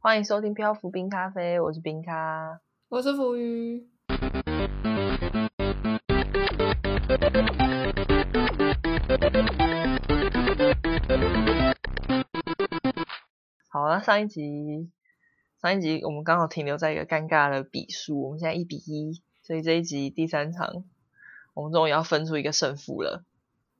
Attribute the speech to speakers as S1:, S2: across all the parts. S1: 欢迎收听漂浮冰咖啡，我是冰咖。
S2: 我是浮鱼。
S1: 好，那上一集，上一集我们刚好停留在一个尴尬的比数，我们现在一比一，所以这一集第三场，我们终于要分出一个胜负了。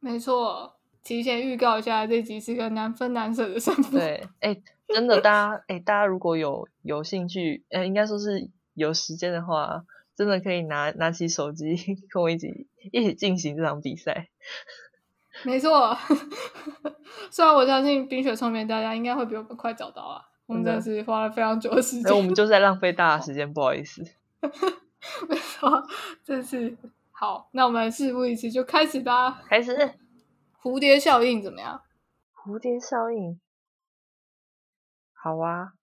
S2: 没错，提前预告一下，这集是个难分难舍的胜负。
S1: 对，哎、真的，大家，哎、大家如果有有兴趣，呃，应该说是有时间的话，真的可以拿拿起手机 跟我一起一起进行这场比赛。
S2: 没错， 虽然我相信冰雪聪明，大家应该会比我们快找到啊。我们真的是花了非常久的时
S1: 所以哎我
S2: 间。
S1: 们就是在浪费大家时间，不好意思。
S2: 没错，真是好。那我们事不宜迟，就开始吧。
S1: 开始，
S2: 蝴蝶效应怎么样？
S1: 蝴蝶效应。好啊，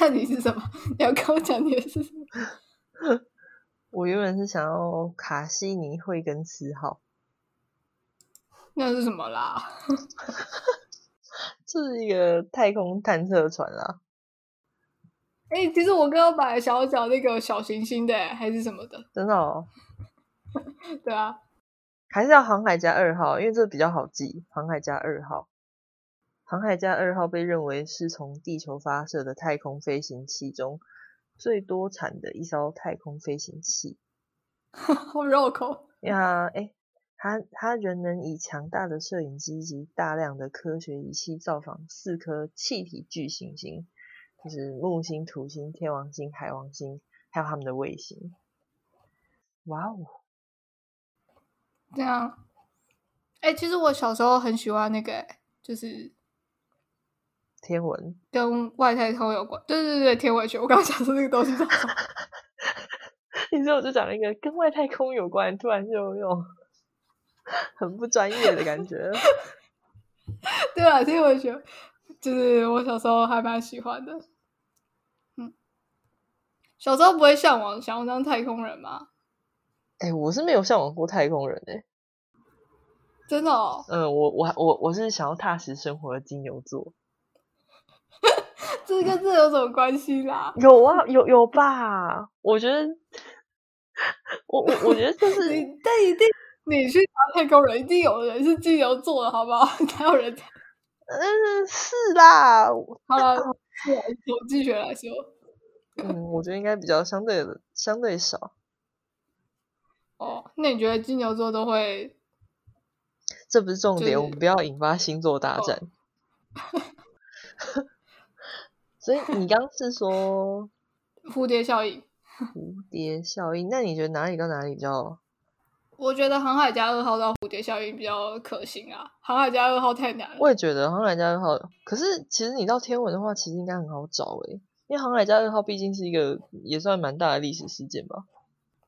S2: 那你是什么？你要跟我讲你的是什么？
S1: 我原本是想要卡西尼慧根四号，
S2: 那是什么啦？
S1: 这是一个太空探测船啦。
S2: 哎、其实我刚刚本来想要讲那个小行星的、欸还是什么的，
S1: 真的哦，
S2: 对啊，
S1: 还是要航海家二号，因为这比较好记。航海家二号，航海家二号被认为是从地球发射的太空飞行器中最多产的一艘太空飞行器。
S2: 好绕口。
S1: 因为它，哎，它它仍能以强大的摄影机及大量的科学仪器造访四颗气体巨行星，就是木星、土星、天王星、海王星，还有它们的卫星。哇哦！
S2: 这样，啊哎、其实我小时候很喜欢那个、欸，就是
S1: 天文，
S2: 跟外太空有关。对对对，天文学。我刚刚讲说那个东西叫什么？
S1: 你知道我就讲了一个跟外太空有关，突然就有那种很不专业的感觉。
S2: 对啊，天文学，就是我小时候还蛮喜欢的。嗯，小时候不会向往想要当太空人吗？
S1: 哎、我是没有向往过太空人哎、
S2: 真的哦，
S1: 嗯，我我我我是想要踏实生活的金牛座。
S2: 这跟这有什么关系啦？
S1: 有啊，有有吧？我觉得，我我我觉得就是
S2: 你但一定你去当太空人，一定有人是金牛座的，好 不好？哪有人？
S1: 嗯是啦，我
S2: 好 了，是啊从经学来说，
S1: 嗯，我觉得应该比较相对的相对少。
S2: 哦，那你觉得金牛座都会
S1: 这不是重
S2: 就
S1: 点，我们
S2: 是
S1: 不要引发星座大
S2: 哦
S1: 战。 所以你刚是说
S2: 蝴蝶效应？
S1: 蝴蝶效应，那你觉得哪里到哪里比较？
S2: 我觉得航海家二号到蝴蝶效应比较可行啊，航海家二号太难
S1: 我
S2: 了。
S1: 也觉得航海家二号，可是其实你到天文的话，其实应该很好找诶、因为航海家二号毕竟是一个也算蛮大的历史事件吧？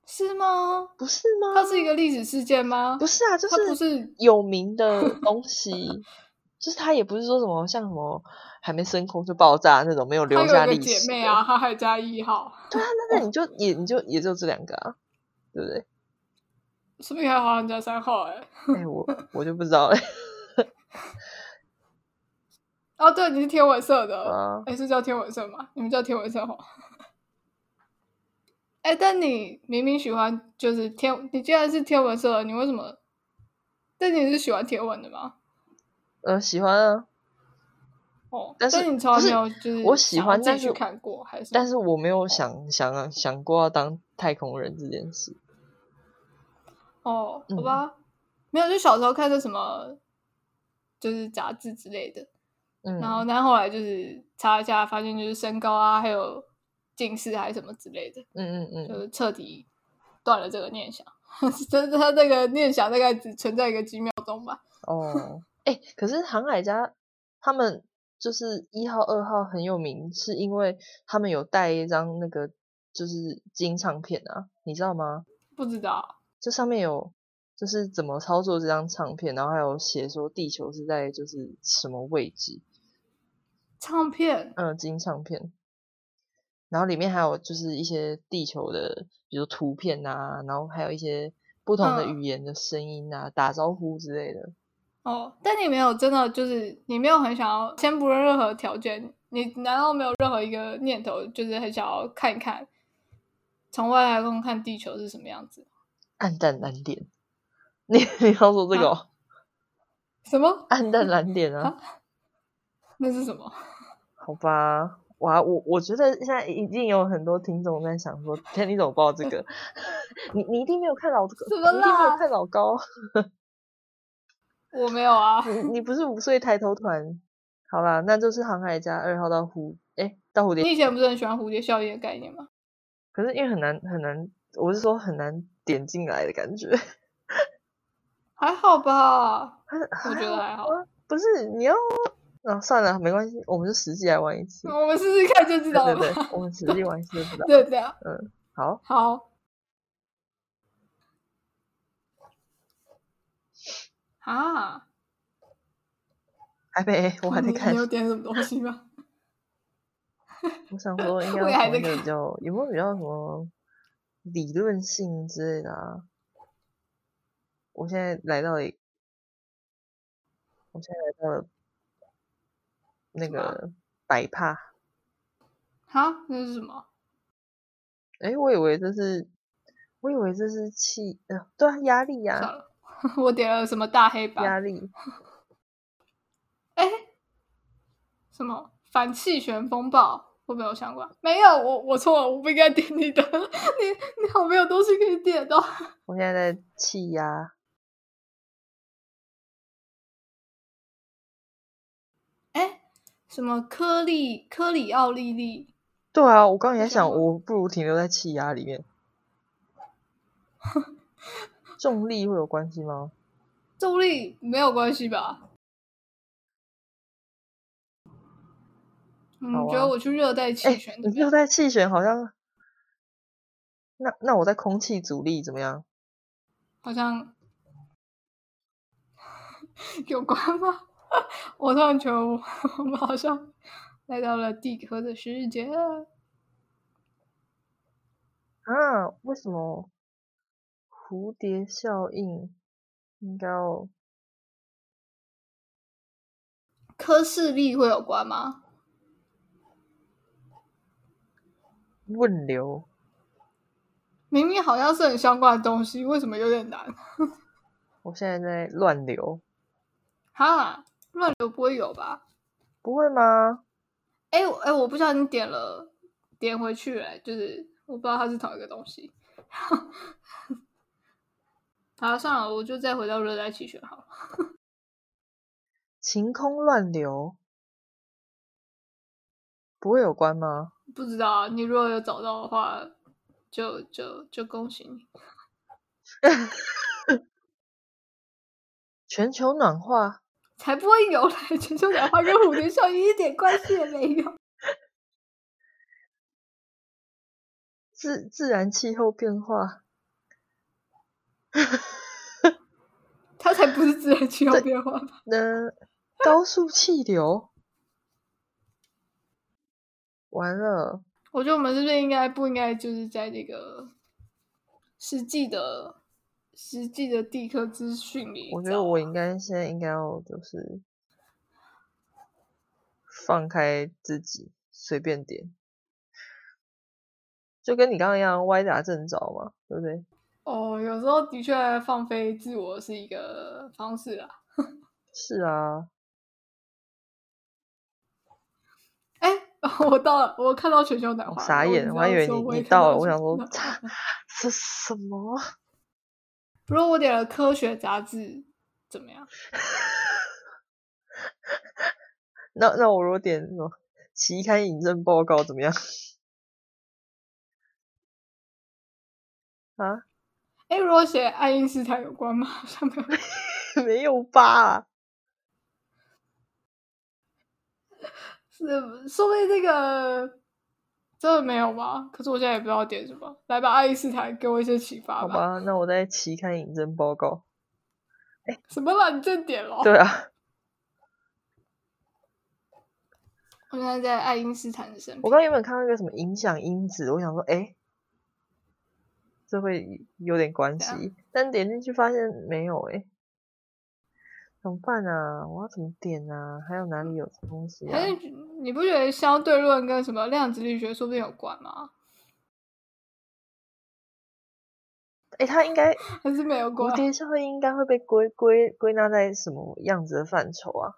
S2: 是吗？
S1: 不是吗？
S2: 它是一个历史事件吗？
S1: 不是啊，就
S2: 它不
S1: 是
S2: 是
S1: 有名的东西， 就是它也不是说什么像什么还没升空就爆炸那种没有
S2: 它
S1: 留下
S2: 有一
S1: 历
S2: 个
S1: 史
S2: 姐妹
S1: 的啊
S2: 啊，，航海家一号，
S1: 那 那你就也你就也就这两个啊，对不对？
S2: 说不定还有航海家三号哎、欸。
S1: 哎、 我我就不知道了、
S2: 哦，对，你是天文社的，
S1: 啊，
S2: 哎、是叫天文社吗？你们叫天文社吗？哎、但你明明喜欢就是天，你既然是天文社的，你为什么？但你是喜欢天文的吗？
S1: 呃，喜欢啊，
S2: 哦，
S1: 但是
S2: 你从来
S1: 不是
S2: 没有就是
S1: 我喜
S2: 想要
S1: 欢
S2: 自
S1: 但
S2: 己
S1: 是
S2: 去看过，还是
S1: 但是我没有想想啊想过要当太空人这件事。
S2: 哦，好
S1: 嗯
S2: 吧，没有，就小时候看的什么，就是杂志之类的，
S1: 嗯，
S2: 然后但后来就是查一下，发现就是身高啊，还有近视还是什么之类的，
S1: 嗯嗯
S2: 就
S1: 嗯，
S2: 是彻底断了这个念想。 真的，他这个念想大概只存在一个几秒钟吧。
S1: 哦，哎、可是航海家他们就是一号、二号很有名，是因为他们有带一张那个就是金唱片啊，你知道吗？
S2: 不知道，
S1: 这上面有就是怎么操作这张唱片，然后还有写说地球是在就是什么位置，
S2: 唱片
S1: 嗯，金唱片。然后里面还有就是一些地球的，比如图片啊，然后还有一些不同的
S2: 嗯
S1: 语言的声音啊，打招呼之类的。
S2: 哦，但你没有真的就是你没有很想要，先不论任何条件，你难道没有任何一个念头，就是很想要看一看，从外太空看地球是什么样子？
S1: 暗淡蓝点。 你你要说这个、哦
S2: 什么？
S1: 暗淡蓝点啊？
S2: 那是什么？
S1: 好吧，哇，我我觉得现在一定有很多听众在想说，天，你怎么报这个？ 你你一定没有看老怎
S2: 么
S1: 你一定没有
S2: 啦
S1: 看老高，
S2: 我没有啊，
S1: 你你不是五岁抬头团？好啦，那就是航海家二号到蝴，哎，到蝴蝶
S2: 你以前不是很喜欢蝴蝶效应的概念吗？
S1: 可是因为很难很难，我是说很难点进来的感觉。
S2: 还好吧，
S1: 我
S2: 我觉得还好。
S1: 不是你要啊，算了，没关系，我们就实际来玩一次。
S2: 嗯我们试试看就知
S1: 对
S2: 道
S1: 对
S2: 了
S1: 对
S2: 吧。，
S1: 我们实际玩一次就知道。
S2: 对对啊，
S1: 好，
S2: 好。啊，
S1: 还没，我还在
S2: 你
S1: 看
S2: 你。有点什么东西吗？
S1: 我 想说，应该
S2: 我也
S1: 要
S2: 还
S1: 从一
S2: 在
S1: 个比
S2: 看
S1: 较有没有比较什么理论性之类的啊？我现在来到一，我现在来到了那
S2: 什么啊
S1: 个百帕。
S2: 啊，那是什么？
S1: 哎，我以为这是，我以为这是气，呃，对啊，压力呀、
S2: 算了，我点了什么大黑
S1: 压
S2: 板？
S1: 力，
S2: 什么反气旋风暴？会不会有相关？没有，我我错了，我不应该点你的。 你你好，没有东西可以点哦。
S1: 我现在在气压，
S2: 哎，什么科利科里奥利利？
S1: 对啊，我刚才也
S2: 是什
S1: 想，
S2: 么
S1: 我不如停留在气压里 面。重力会有关系吗？
S2: 重力没有关系吧？嗯，
S1: 好啊
S2: 觉得我去热带气
S1: 哎
S2: 旋，
S1: 你
S2: 怎么
S1: 热
S2: 样？
S1: 带气旋好像，那那我在空气阻力怎么样？
S2: 好像 有关吗？ 我突然觉得我 我们好像来到了地科的世界。
S1: 啊，为什么蝴蝶效应应该要
S2: 科氏力会有关吗？
S1: 问流？
S2: 明明好像是很相关的东西，为什么有点难？
S1: 我现在在乱流，
S2: 哈，乱流不会有吧？
S1: 不会吗？
S2: 哎、我哎、我不小心点了，点回去了、就是我不知道它是同一个东西。 好，算了，我就再回到热带气旋好了。
S1: 晴空乱流不会有关吗？
S2: 不知道啊你如果有找到的话，就就就恭喜你。
S1: 全球暖化
S2: 才不会有嘞！全球暖化跟蝴蝶效应一点关系也没有。
S1: 自自然气候变化，
S2: 它才不是自然气候变化吧？
S1: 呃，高速气流，完了，
S2: 我觉得我们是不是应该不应该就是在这个实际的实际的地科资讯里找啊？
S1: 我觉得我应该现在应该要就是放开自己，随便点，就跟你刚刚一样歪打正着嘛，对不对？
S2: 哦，有时候的确放飞自我是一个方式啦。
S1: 是啊，
S2: 哎，我到了，我看到全球暖
S1: 我
S2: 化，
S1: 傻
S2: 如果
S1: 眼，
S2: 这
S1: 我还以
S2: 样
S1: 为
S2: 说我
S1: 你
S2: 也
S1: 你
S2: 看
S1: 到了，我
S2: 全
S1: 想
S2: 球
S1: 说
S2: 暖化
S1: 这什么？
S2: 如果我点了科学杂志，怎么样？
S1: 那那我如果点什么期刊引证报告怎么样？ 啊，
S2: 哎，如果写爱因斯坦有关吗？ 好像没有。
S1: 没有吧？
S2: 是，说不定这个真的没有吧？可是我现在也不知道点什么。来吧，爱因斯坦，给我一些启发
S1: 好吧，那我在期刊引证报告。
S2: 什么啦？你正点了？哦
S1: 对啊，
S2: 我现在在爱因斯坦的身
S1: 我
S2: 边。
S1: 刚原本看到一个什么影响因子，我想说，哎，这会有点关
S2: 怎样啊
S1: 系，但点进去发现没有、诶怎么办啊？我要怎么点啊？还有哪里有东西啊
S2: 还？是你不觉得相对论跟什么量子力学说不定有关吗？
S1: 哎、它应该
S2: 还是没有关
S1: 蝴？蝶效应应该会被归归归纳在什么样子的范畴啊？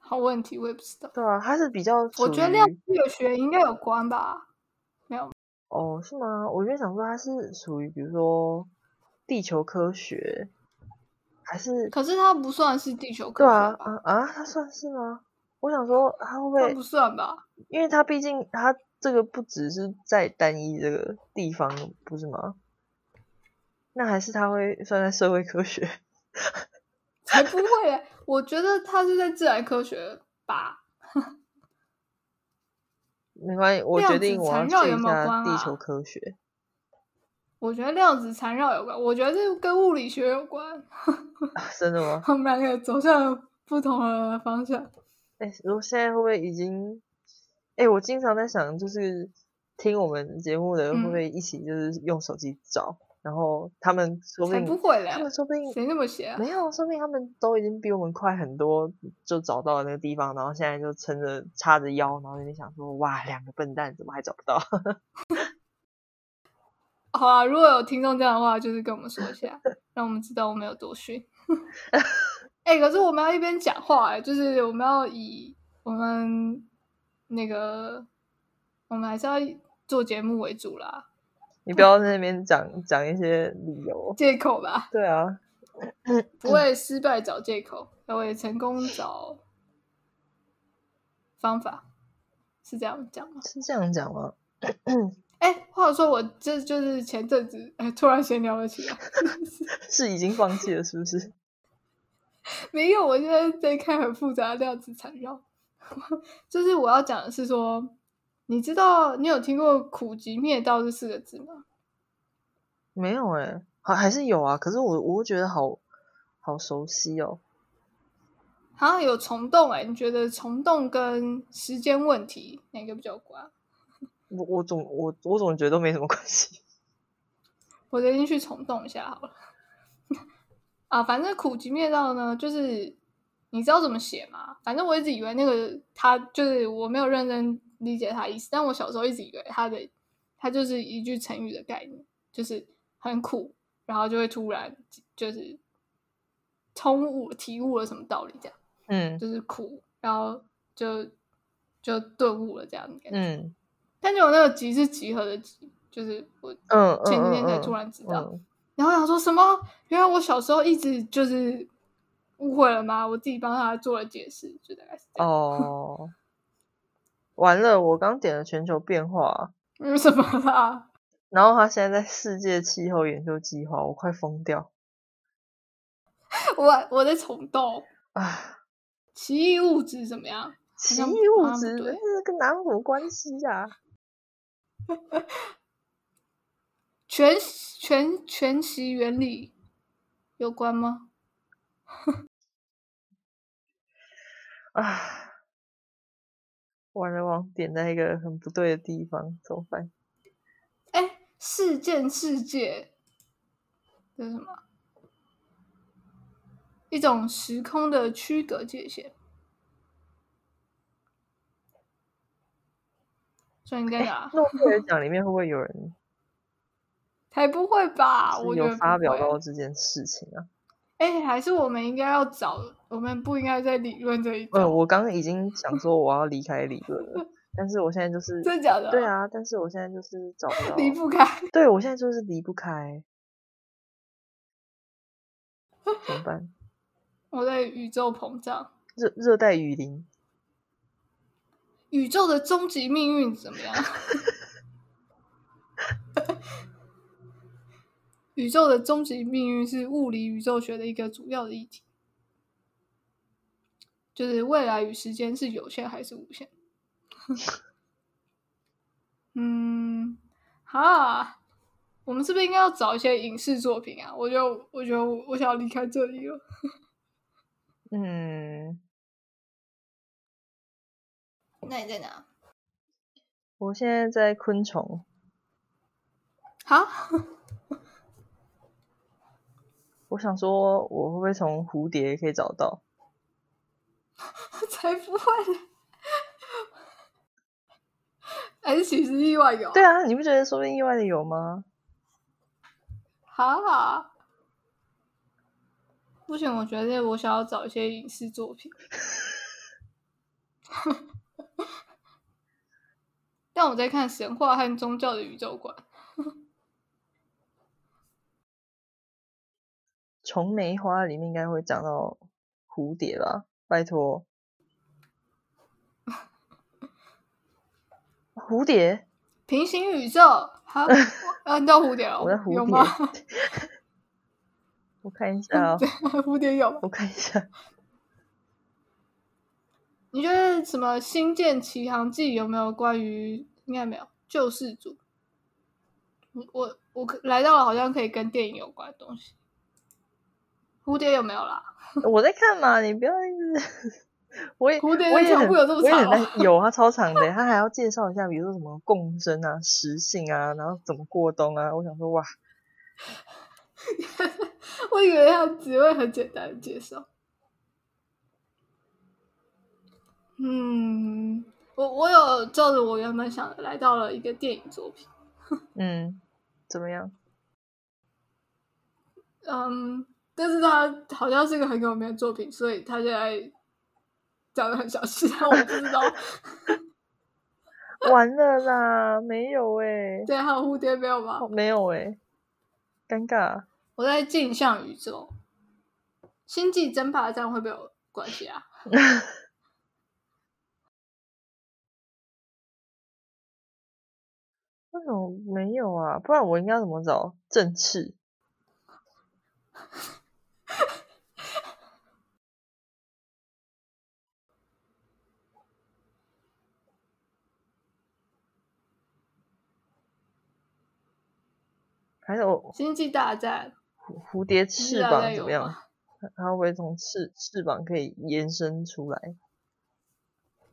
S2: 好问题，我也不知道。
S1: 对啊，它是比较
S2: 我
S1: 属
S2: 觉得量
S1: 于
S2: 子力学应该有关吧？
S1: 哦，是吗？我就想说它是属于比如说地球科学，还是
S2: 可是它不算是地球科
S1: 对
S2: 学
S1: 啊
S2: 吧？
S1: 啊啊，它算是吗？我想说它会不
S2: 它
S1: 会
S2: 不算吧？
S1: 因为它毕竟它这个不只是在单一这个地方，不是吗？那还是它会算在社会科学
S2: 才不会欸！我觉得它是在自然科学吧？
S1: 没关系，我
S2: 量
S1: 决
S2: 子
S1: 定我要
S2: 缠绕
S1: 去
S2: 有
S1: 一
S2: 没有
S1: 下
S2: 关
S1: 地
S2: 啊
S1: 球科学。
S2: 我觉得量子缠绕有关，我觉得这跟物理学有关。
S1: 啊真的吗？
S2: 我们两个走向了不同的方向。
S1: 哎、我现在会不会已经？哎、我经常在想，就是听我们节目的会不
S2: 嗯
S1: 会一起就是用手机找，然后他们说不
S2: 才
S1: 定
S2: 不会 嘞
S1: 他！们说不定
S2: 谁那么邪啊？
S1: 没有，说不定他们都已经比我们快很多，就找到了那个地方，然后现在就撑着叉着腰，然后在那边想说，哇，两个笨蛋怎么还找不到？
S2: 好啊，如果有听众这样的话，就是跟我们说一下，让我们知道我们有多逊。哎、可是我们要一边讲话、欸，就是我们要以我们那个，我们还是要以做节目为主啦，
S1: 你不要在那边讲讲一些理由。
S2: 借口吧，
S1: 对啊，
S2: 不为失败找借口，要为成功找方法，是这样讲吗？
S1: 是这样讲吗？
S2: 哎、话说我这就是前阵子、哎，突然闲聊了起来，
S1: 是已经放弃了，是不是？
S2: 没有，我现在在看很复杂的量子缠绕。 就是我要讲的是说，你知道你有听过“苦集灭道”这四个字吗？
S1: 没有哎、还还是有啊，可是我我会觉得好好熟悉哦。
S2: 好像有虫洞哎、你觉得虫洞跟时间问题哪个比较有关？
S1: 我我总我我总觉得都没什么关系。
S2: 我决定去虫洞一下好了。 啊，反正苦集灭道呢，就是你知道怎么写吗？反正我一直以为那个他就是我没有认真理解他意思，但我小时候一直以为他的他就是一句成语的概念，就是很苦，然后就会突然就是通悟体悟了什么道理，这样
S1: 嗯
S2: 就是苦，然后就就顿悟了这样的感觉。
S1: 嗯
S2: 但是我那个集是集合的集，就是我
S1: 嗯嗯
S2: 前几天
S1: 嗯
S2: 才
S1: 嗯
S2: 突然知道。
S1: 嗯，
S2: 然后想说什么？原来我小时候一直就是误会了吗？我自己帮他做了解释，就大概是这样。
S1: 哦， 完了，我刚点了全球变化，啊
S2: 没有嗯什么啦？
S1: 然后他现在在世界气候研究计划，我快疯掉
S2: 我我在虫洞，
S1: 啊！
S2: 奇异物质怎么样？
S1: 奇
S2: 像
S1: 异物
S2: 好像不
S1: 质
S2: 对
S1: 那跟哪有什么关系呀、
S2: 全全全息原理有关吗？
S1: 啊？完了，我点在一个很不对的地方，怎么办？
S2: 哎，事件世界这是什么？一种时空的区隔界限。所以你在哪？
S1: 诺贝尔奖里 面会不会有人
S2: 才不会吧？
S1: 是
S2: 啊我觉
S1: 有
S2: 得
S1: 发
S2: 不
S1: 表
S2: 会
S1: 到这件事情啊？
S2: 哎、还是我们应该要找，我们不应该在理论这一
S1: 呃，
S2: 种，
S1: 我刚刚已经想说我要离开理论了，但是我现在就是
S2: 真的假的？
S1: 对，啊，但是我现在就是找不到，
S2: 离不开。
S1: 对我现在就是离不开，怎么办？
S2: 我在宇宙膨胀，
S1: 热热带雨林，
S2: 宇宙的终极命运怎么样？ 宇宙的终极命运是物理宇宙学的一个主要的议题，就是未来与时间是有限还是无限？ 嗯，哈，我们是不是应该要找一些影视作品啊？我就我觉得我我想要离开这里了。
S1: 嗯，
S2: 那你在哪？
S1: 我现在在昆虫，
S2: 哈，
S1: 我想说，我会不会从蝴蝶可以找到？
S2: 才不会呢！还是其实意外有？
S1: 对啊，你不觉得说不定意外的有吗？
S2: 哈哈，不行，我觉得我想要找一些影视作品，但我在看神话和宗教的宇宙观。
S1: 虫梅花里面应该会讲到蝴蝶吧？拜托，蝴蝶，
S2: 平行宇宙， 好，啊，你叫蝴蝶哦，
S1: 我在蝴
S2: 有
S1: 蝶
S2: 吗？
S1: 我看一下哦，
S2: 蝴蝶有吗？
S1: 我看一下，
S2: 你觉得什么《星舰奇航记》有没有关于？应该没有救世主。我我我可来到了，好像可以跟电影有关的东西。蝴蝶有没有啦？
S1: 我在看嘛，你不要一直。我也
S2: 蝴蝶
S1: 我
S2: 的
S1: 也
S2: 脚
S1: 很
S2: 步有这么
S1: 我也很
S2: 长啊吗
S1: 担有它啊超长的，欸它还要介绍一下，比如说什么共生啊、食性啊，然后怎么过冬啊。我想说，哇，
S2: 我以为他只会很简单的介绍。嗯，我我有照着我原本想的来到了一个电影作品。
S1: 嗯，怎么样？
S2: 嗯，但是他好像是个很有名的作品，所以他现在讲的很小气，但我不知道。
S1: 完了啦，没有诶、
S2: 对，还有蝴蝶没有吗
S1: 哦？没有诶、尴尬。
S2: 我在镜像宇宙，星际争霸战会不会有关系啊？
S1: 为什么没有啊？不然我应该怎么找正翅？还有
S2: 星际大战
S1: 蝴蝴蝶翅
S2: 大家
S1: 膀
S2: 有
S1: 怎么
S2: 吗
S1: 样？它会不会从翅翅膀可以延伸出来？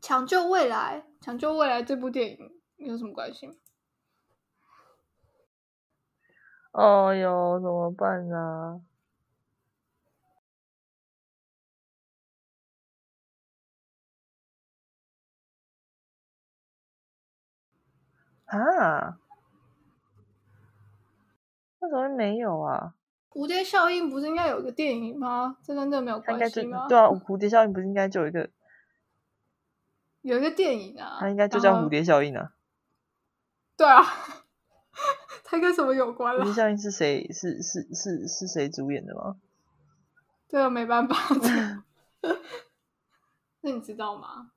S2: 抢救未来，抢救未来这部电影有什么关系吗？
S1: 哦哟，怎么办啊？啊？为什么会没有啊？
S2: 蝴蝶效应不是应该有一个电影吗？这跟这没有
S1: 它应该
S2: 关
S1: 就
S2: 系吗？
S1: 对啊，蝴蝶效应不是应该就有一个，
S2: 有一个电影啊，
S1: 它应该就
S2: 然
S1: 叫
S2: 后
S1: 蝴。蝶效应啊。
S2: 对啊， 它跟什么有关
S1: 蝴
S2: 了
S1: 蝶？效应是谁？是是是是谁主演的吗？
S2: 这个啊没 办法。那你知道吗？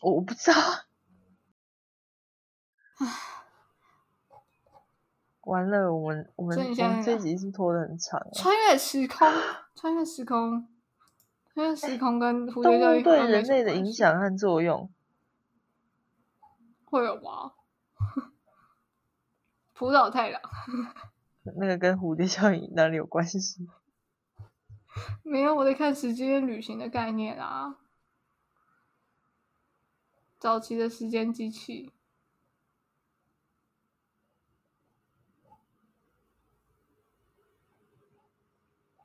S1: 我我不知道啊。完了，我们我们
S2: 所以你
S1: 我
S2: 现
S1: 们
S2: 在
S1: 这一
S2: 哪
S1: 集是拖得很长啊。
S2: 穿越时空，穿越时空，穿越时空跟蝴蝶效
S1: 动
S2: 应
S1: 物
S2: 好像
S1: 对
S2: 没
S1: 人
S2: 什么
S1: 类的
S2: 关
S1: 影
S2: 系
S1: 响和作用，
S2: 会有吗？浦岛太郎
S1: 那个跟蝴蝶效应哪里有关系？
S2: 没有，我在看时间旅行的概念啊，早期的时间机器。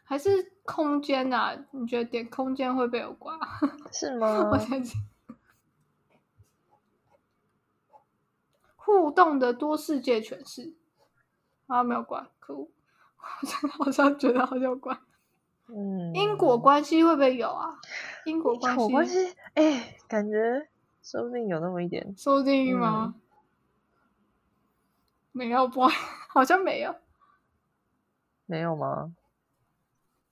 S2: 还是空间啊？你觉得点空间会不会有关？
S1: 是吗
S2: 我？相信。
S1: 嗯
S2: 互动的多世界诠释啊，没有关，可恶！好像好像觉得好像有关
S1: 嗯，
S2: 因果关系会不会有啊？因果
S1: 因
S2: 关
S1: 果关
S2: 系
S1: 系，哎、感觉说不定有那么一点。
S2: 收定义吗？
S1: 嗯
S2: 没有吧？ 好像没有，
S1: 没有吗？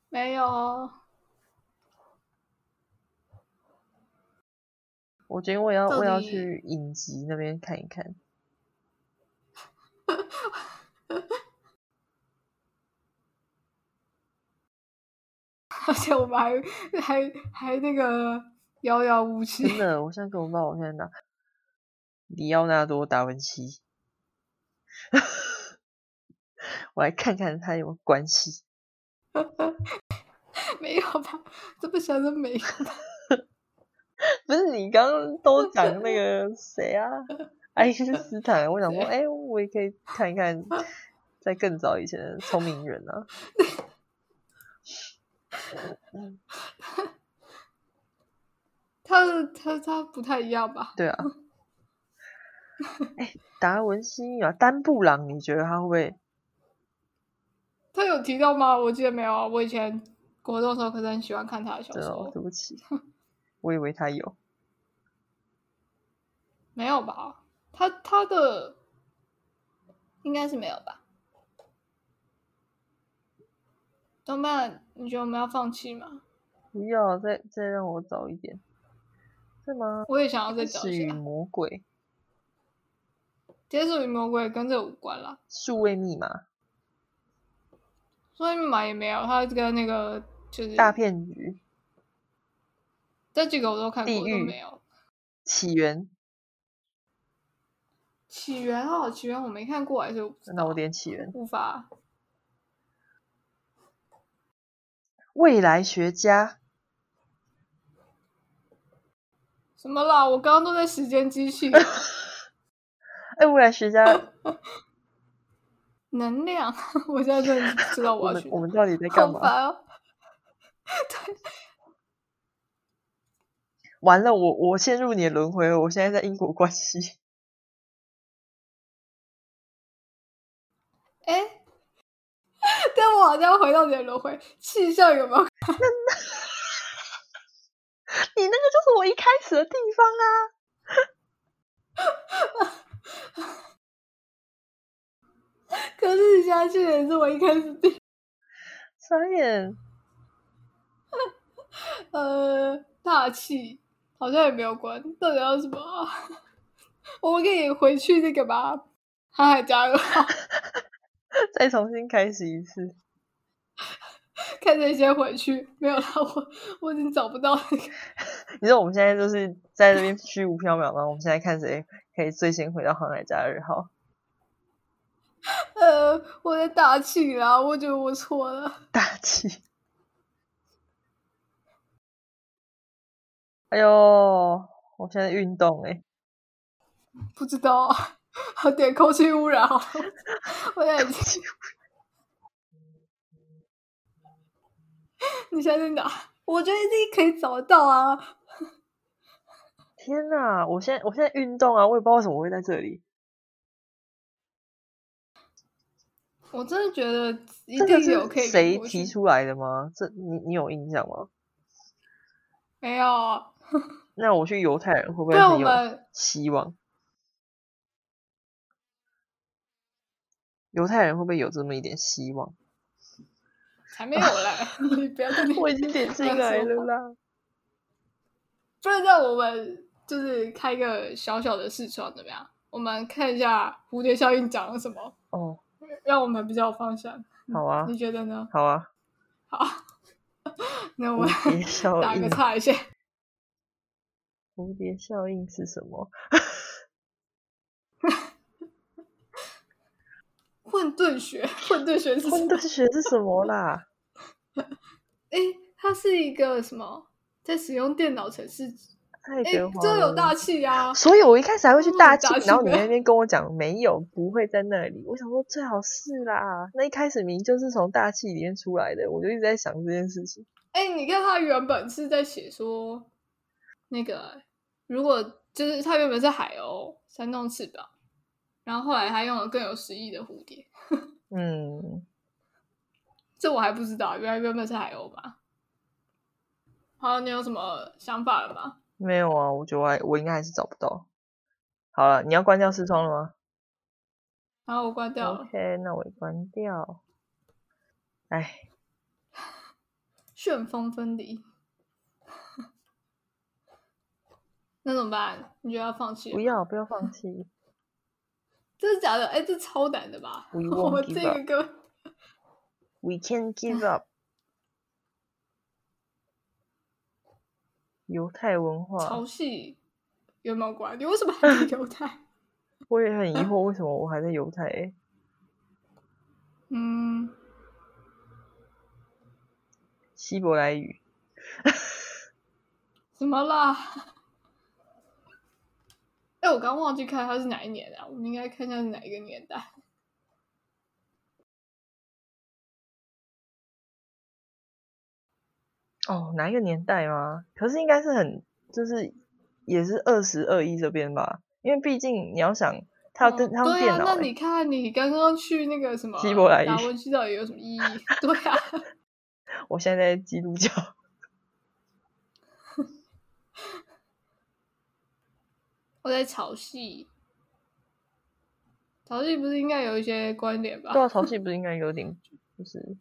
S2: 没有哦。
S1: 我觉得我也要
S2: 到
S1: 我也要
S2: 底
S1: 去影集那边看一看。
S2: 而且我们还还还那个遥遥无期。
S1: 真的，我现在根本不知道我现在哪。里奥纳多·达文西， 我来看看他有没有关系。
S2: 没有吧？ 这不晓得没有 吧？
S1: 不是你刚刚都讲那个谁啊，爱因斯坦，我想说，哎、我也可以看一看，在更早以前的聪明人啊，
S2: 它的它它不太一样吧？
S1: 对啊。哎、达文西啊，丹布朗，你觉得他会不会？
S2: 他有提到吗？我记得没有啊。我以前国中的时候可是很喜欢看他的小
S1: 对哦
S2: 说，，
S1: 对不起，我以为他有。
S2: 没有吧？他他的应该是没有吧？动漫，你觉得我们要放弃吗？
S1: 不要，再再让我早一点，是吗？
S2: 我也想要再找
S1: 是
S2: 一
S1: 与
S2: 下。
S1: 魔鬼
S2: 结束与魔鬼跟这无关啦，
S1: 数位密码
S2: 所以嘛也没有。他跟那个就是
S1: 大骗局
S2: 这几个我都看过，
S1: 地
S2: 都
S1: 狱
S2: 没有。
S1: 起源，
S2: 起源哦，起源我没看过，还是我不知
S1: 那
S2: 道
S1: 我点起源。
S2: 无法
S1: 未来学家
S2: 什么啦？我刚刚都在时间 机器
S1: 哎，未来学
S2: 哦
S1: 家，
S2: 能量， 我现在真的不知道
S1: 我
S2: 我要
S1: 们
S2: 去
S1: 我
S2: 哪，
S1: 们到底在干
S2: 好
S1: 嘛？
S2: 烦哦。
S1: 完了，我我陷入你的轮回了，我现在在因果关系。
S2: 哎， 但我好像回到你的轮回，气象有没 有？
S1: 你那个就是我一开始的地方啊！
S2: 可是你现在去的也是我一开始定，
S1: 傻眼，
S2: 呃，大气好像也没有关，到底要什么啊、 我们可以回去那个吧，海海加油，
S1: 再重新开始一次。
S2: 看谁先回去。没有啦，我我已经找不到那个。
S1: 你说我们现在就是在这边虚无缥缈吗？我们现在看谁可以最先回到航海家二号？
S2: 呃，我在打气啦，我觉得我错了。
S1: 大气。哎呦，我现在运动哎、
S2: 不知道 啊，有点空气污染好 了。我现在已经， 你现在在哪？我觉得一定可以找到啊。
S1: 天哪！我现在我现在运动啊，我也不知道为什么我会在这里，
S2: 我真的觉得一
S1: 这个
S2: 定有可
S1: 是
S2: 以
S1: 谁
S2: 过去
S1: 提出来的吗？这你你有印象吗？
S2: 没有啊？
S1: 那我去犹太人会不
S2: 不
S1: 会
S2: 啊然我
S1: 很有
S2: 们
S1: 希望？犹太人会不会有这么一点希望？
S2: 才没有 嘞！你不要在那
S1: 我
S2: 里，
S1: 已经点进
S2: 乱
S1: 来了
S2: 说
S1: 啦。
S2: 不然让我们就是开一个小小的试窗怎么样？我们看一下蝴蝶效应讲了什么，
S1: 哦，
S2: 让我们比较有方向。
S1: 好啊，
S2: 你觉得呢？
S1: 好啊，
S2: 那我们
S1: 蝴蝶效
S2: 嗯打个
S1: 应，
S2: 岔一下，
S1: 蝴蝶效应是什么？
S2: 混沌学， 混沌学 是什
S1: 混
S2: 么？
S1: 沌学是什么 啦？
S2: 诶，它是一个什么？在使用电脑程式，
S1: 爱
S2: 诶，
S1: 德华
S2: 哎这有
S1: 罗
S2: 大
S1: 密
S2: 气啊！
S1: 所以我一开始还会去
S2: 嗯
S1: 大
S2: 大
S1: 庆，
S2: 庆
S1: 然后你
S2: 的
S1: 那边跟我讲没有，不会在那里。我想说最好是啦，那一开始明明就是从大气里面出来的，我就一直在想这件事情。
S2: 诶，你看它原本是在写说，那个如果就是它原本是海鸥扇动翅膀，然后后来它用了更有诗意的蝴蝶，
S1: 嗯，
S2: 这我还不知道，原来原本是海鸥吧？好，你有什么想法了吗？
S1: 没有啊，我觉得我还我应该还是找不到。好了，你要关掉视窗了吗
S2: 然后我关掉了，
S1: ？OK，那我也关掉。哎，
S2: 旋风分离。那怎么办？你觉得要放弃了
S1: 不
S2: 吗？
S1: 要不要放弃，
S2: 真的假的？哎、这超难的吧？
S1: We
S2: 我们
S1: won't
S2: 这
S1: give up
S2: 个歌，
S1: We can't give up。犹太文化
S2: 潮，汐有没有关？你为什么还是犹太？
S1: 我也很疑惑，为什么我还在犹太、欸？
S2: 嗯，
S1: 希伯来语，
S2: 怎么啦？哎、我刚忘记看它是哪一年的、啊，我们应该看一下是哪一个年代。
S1: 哦，哪一个年代吗？可是应该是很，就是也是二十二一这边吧，因为毕竟你要想，他要跟、
S2: 嗯
S1: 他用
S2: 对
S1: 电
S2: 啊，
S1: 脑、
S2: 那
S1: 欸
S2: 你看你刚刚去那个什么
S1: 希伯来语
S2: 达文西到底有什么意义？ 对啊，
S1: 我现在在基督教，
S2: 我在潮汐，潮汐不是应该有一些关联 吧
S1: 对？啊，潮汐不是应该有点就是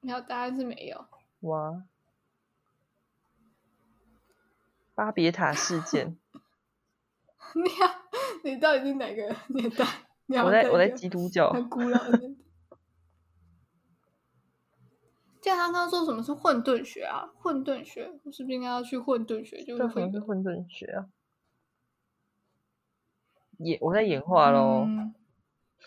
S2: 然后答案是没有。
S1: 哇，巴别塔事 件，
S2: 你要，你到底是哪个年代？ 你要
S1: 我在
S2: 一
S1: 我在
S2: 个
S1: 基督教，
S2: 很古老的年代。记得他刚刚说什么是混沌学啊？混沌学，我是不是应该要去混沌学？就
S1: 这
S2: 是
S1: 可
S2: 会
S1: 能是
S2: 有
S1: 啊混沌学啊，演我在演化喽，
S2: 嗯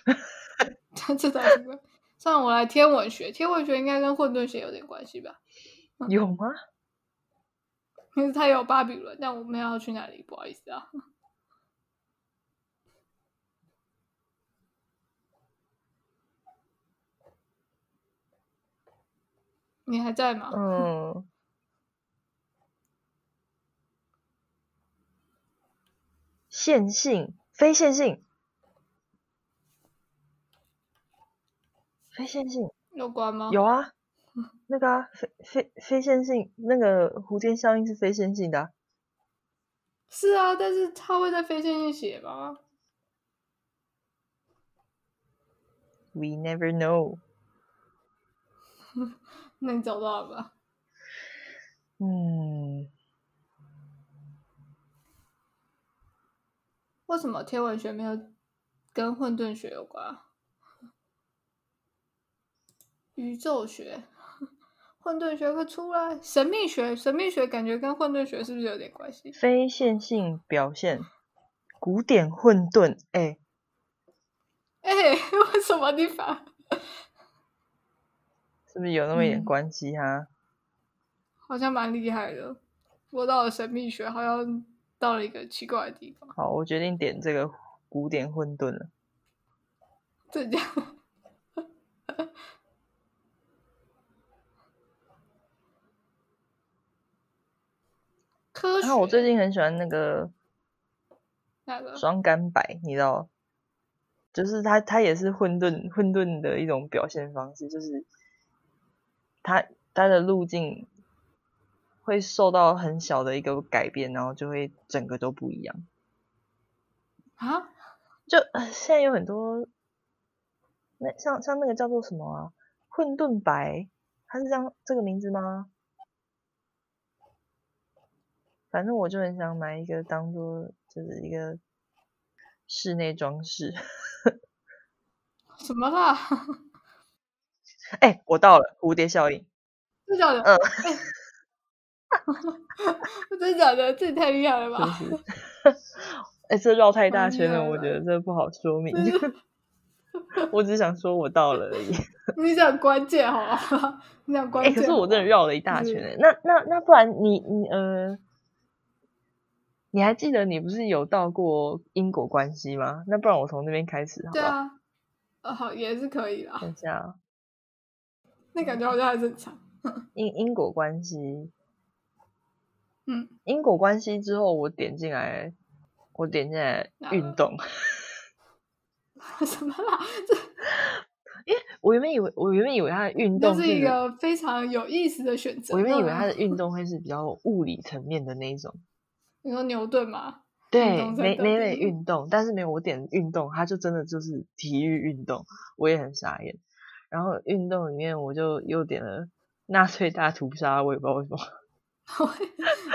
S2: 这这倒是 个。算了，我来天文学，天文学应该跟混沌学有点关系吧？
S1: 有吗？
S2: 因 为它有巴比伦，但我们要去哪里？不好意思啊。 你还在吗？
S1: 嗯，线性、非线性、非线性
S2: 有关吗？
S1: 有啊，那个啊，非非非线性那个蝴蝶效应是非线性的啊、
S2: 是啊，但是他会在非线性写吧？
S1: We never know。
S2: 那你找到了吧？
S1: 嗯，
S2: 为什么天文学没有跟混沌学有关啊？宇宙学、混沌学会出来，神秘学、神秘学感觉跟混沌学是不是有点关系？
S1: 非线性表现，古典混沌。哎、
S2: 哎、为什么地方？
S1: 是不是有那么一点
S2: 嗯
S1: 关系哈、
S2: 好像蛮厉害的。我到了神秘学，好像到了一个奇怪的地方。
S1: 好，我决定点这个古典混沌了。
S2: 这样，科学。
S1: 然后我最近很喜欢那个
S2: 那个
S1: 双干白，你知道，就是它它也是混沌混沌的一种表现方式，就是它它的路径会受到很小的一个改变，然后就会整个都不一样。
S2: 啊，
S1: 就呃现在有很多，那像像那个叫做什么啊，混沌白，它是这样这个名字吗？反正我就很想买一个当做就是一个室内装饰。
S2: 什么啦？
S1: 哎、我到了，蝴蝶效应。
S2: 真的假的？
S1: 嗯
S2: 欸真的假 的？这也太厉害了吧！
S1: 就是， 哎、这绕太大
S2: 好
S1: 圈
S2: 厉
S1: 了，
S2: 害
S1: 我觉
S2: 了
S1: 得这不好说明
S2: 真。
S1: 我只想说我到了而已。
S2: 你讲关键好吧？你讲关
S1: 哎、
S2: 键
S1: 可
S2: 好吧。
S1: 是我真的绕了一大
S2: 就
S1: 圈、
S2: 是
S1: 欸。那那那不然你你呃，你还记得你不是有到过因果关系吗？那不然我从那边开始好
S2: 对
S1: 了。
S2: 啊，呃，好也是可以啦。
S1: 等一下啊，
S2: 那感觉好像还正常。
S1: 因因果关系，
S2: 嗯，
S1: 因果关系之后我点进来，我点进来
S2: 哪
S1: 运
S2: 个
S1: 动。
S2: 什么啦？这
S1: 我原本以为我原本以为它的运
S2: 这
S1: 动
S2: 是一个非常有意思的选择。
S1: 我原本以为它
S2: 嗯
S1: 的运动会是比较物理层面的那一种，
S2: 你说牛顿嘛？
S1: 对，
S2: 动在
S1: 那
S2: 动
S1: 那
S2: 的
S1: 类
S2: 那种
S1: 运动，但是没有我点运动，它就真的就是体育运动，我也很傻眼。然后运动里面我就又点了纳粹大屠杀，我也不知道为什么。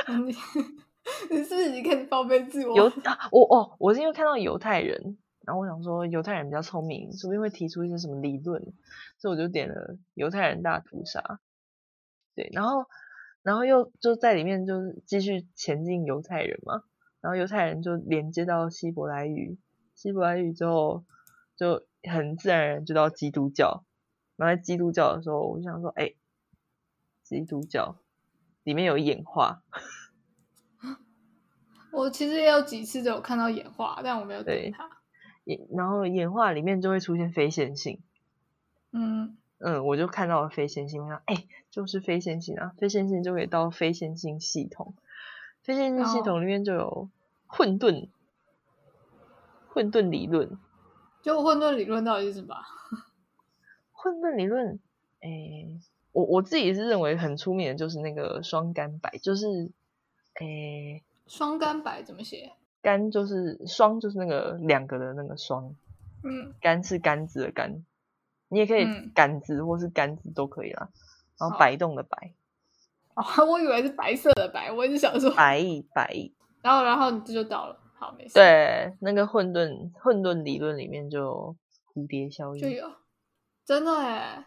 S2: 嗯你 你是不是已经开始报备自我？
S1: 犹啊我哦，我是因为看到犹太人，然后我想说犹太人比较聪明，说不定会提出一些什么理论，所以我就点了犹太人大屠杀。对，然后然后又就在里面就是继续前进犹太人嘛，然后犹太人就连接到希伯来语，希伯来语之后就很自然而然就到基督教，然后在基督教的时候，我就想说，哎，基督教里面有演化，
S2: 我其实也有几次都有看到演化，但我没有
S1: 对
S2: 点它。
S1: 演然后演化里面就会出现非线性。
S2: 嗯，
S1: 嗯，我就看到了非线性，我想，哎、就是非线性啊，非线性就可以到非线性系统，非线性系
S2: 哦
S1: 统里面就有混沌，混沌理论，
S2: 就混沌理论到底是什么啊？
S1: 混沌理论，哎、我我自己是认为很出名的就是那个双干白，就是，哎、
S2: 双干白怎么写？
S1: 干就是双就是那个两个的那个双，
S2: 嗯，
S1: 杆是杆子的杆，你也可以
S2: 嗯
S1: 杆子或是杆子都可以啦。然后
S2: 好
S1: 摆动的摆，
S2: 哦，我以为是白色的白，我一直想说，
S1: 摆一摆一，
S2: 然后然后你这就到了，好，没事，，
S1: 对，那个混沌混沌理论里面就有蝴蝶效
S2: 就
S1: 应，
S2: 有，真的哎，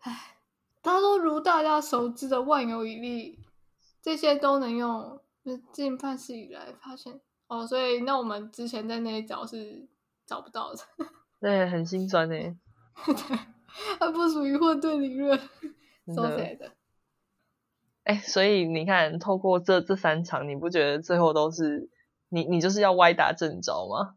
S2: 哎，他说如大家熟知的万有引力，这些都能用，就是进范式以来发现哦，所以那我们之前在那里找是找不到的，
S1: 对，很心酸欸呢、
S2: 它不属于混沌理论，
S1: 真
S2: 说
S1: 的。
S2: 谁的？
S1: 哎，所以你看，透过这这三场，你不觉得最后都是你你就是要歪打正着吗？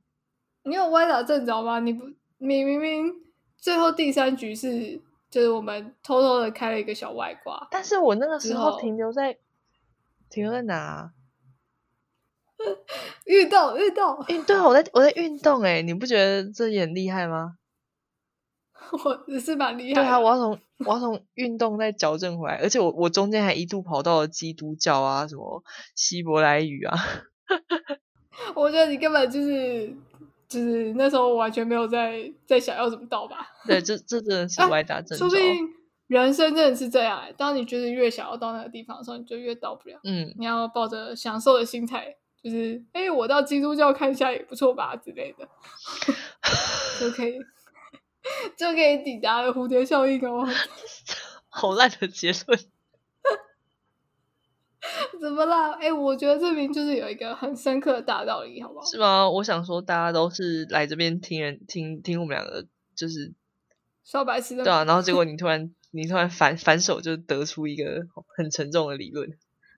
S2: 你有歪打正着吗？你不，你明明最后第三局是就是我们偷偷的开了一个小外挂，
S1: 但是我那个时
S2: 之
S1: 候
S2: 后
S1: 停留在停留在哪啊、
S2: 遇到遇到，
S1: 运对啊，我在我在运动哎、你不觉得这也很厉害吗？
S2: 我也是蛮厉害
S1: 对
S2: 的。
S1: 啊，我要从我要从运动再矫正回来，而且我我中间还一度跑到了基督教啊，什么希伯来语啊，
S2: 我觉得你根本就是就是那时候完全没有在在想要怎么到吧，
S1: 对，这这真的是
S2: 哎
S1: 歪打正着
S2: 说不。定人生真的是这样、欸，当你就是越想要到那个地方的时候，你就越到不了。
S1: 嗯，
S2: 你要抱着享受的心态，就是哎、诶我到基督教看一下也不错吧之类的， 就可以 就可以抵达了蝴蝶效应哦。
S1: 好烂的结论。
S2: 怎么啦？哎、我觉得这边就是有一个很深刻的大道理，好不好？
S1: 是吗？我想说，大家都是来这边听人听听我们两个，就是
S2: 小白痴的
S1: 对啊。然后结果你突然你突然反反手就得出一个很沉重的理论，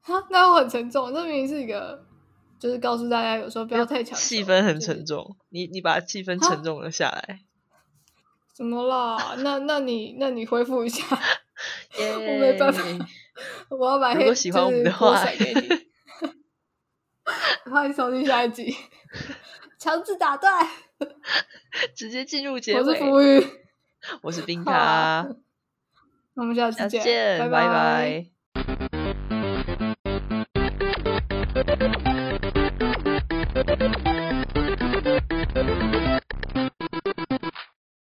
S2: 哈，那我很沉重。这明明是一个，就是告诉大家有时候不要太强求，
S1: 气氛很
S2: 就是
S1: 沉重。你你把气氛
S2: 啊
S1: 沉重了下来。
S2: 怎么啦？那那你那你恢复一下，
S1: 我
S2: 没办法我要把
S1: 如
S2: 黑
S1: 果喜欢我们的
S2: 就是锅
S1: 话
S2: 甩给你。 欢迎收听下一集， 强制打断。
S1: 直接进入结
S2: 我是
S1: 尾。
S2: 浮云，
S1: 我是冰
S2: 好
S1: 咖
S2: 啊，我们下
S1: 下
S2: 次
S1: 次
S2: 见，
S1: 见，
S2: 拜
S1: 拜。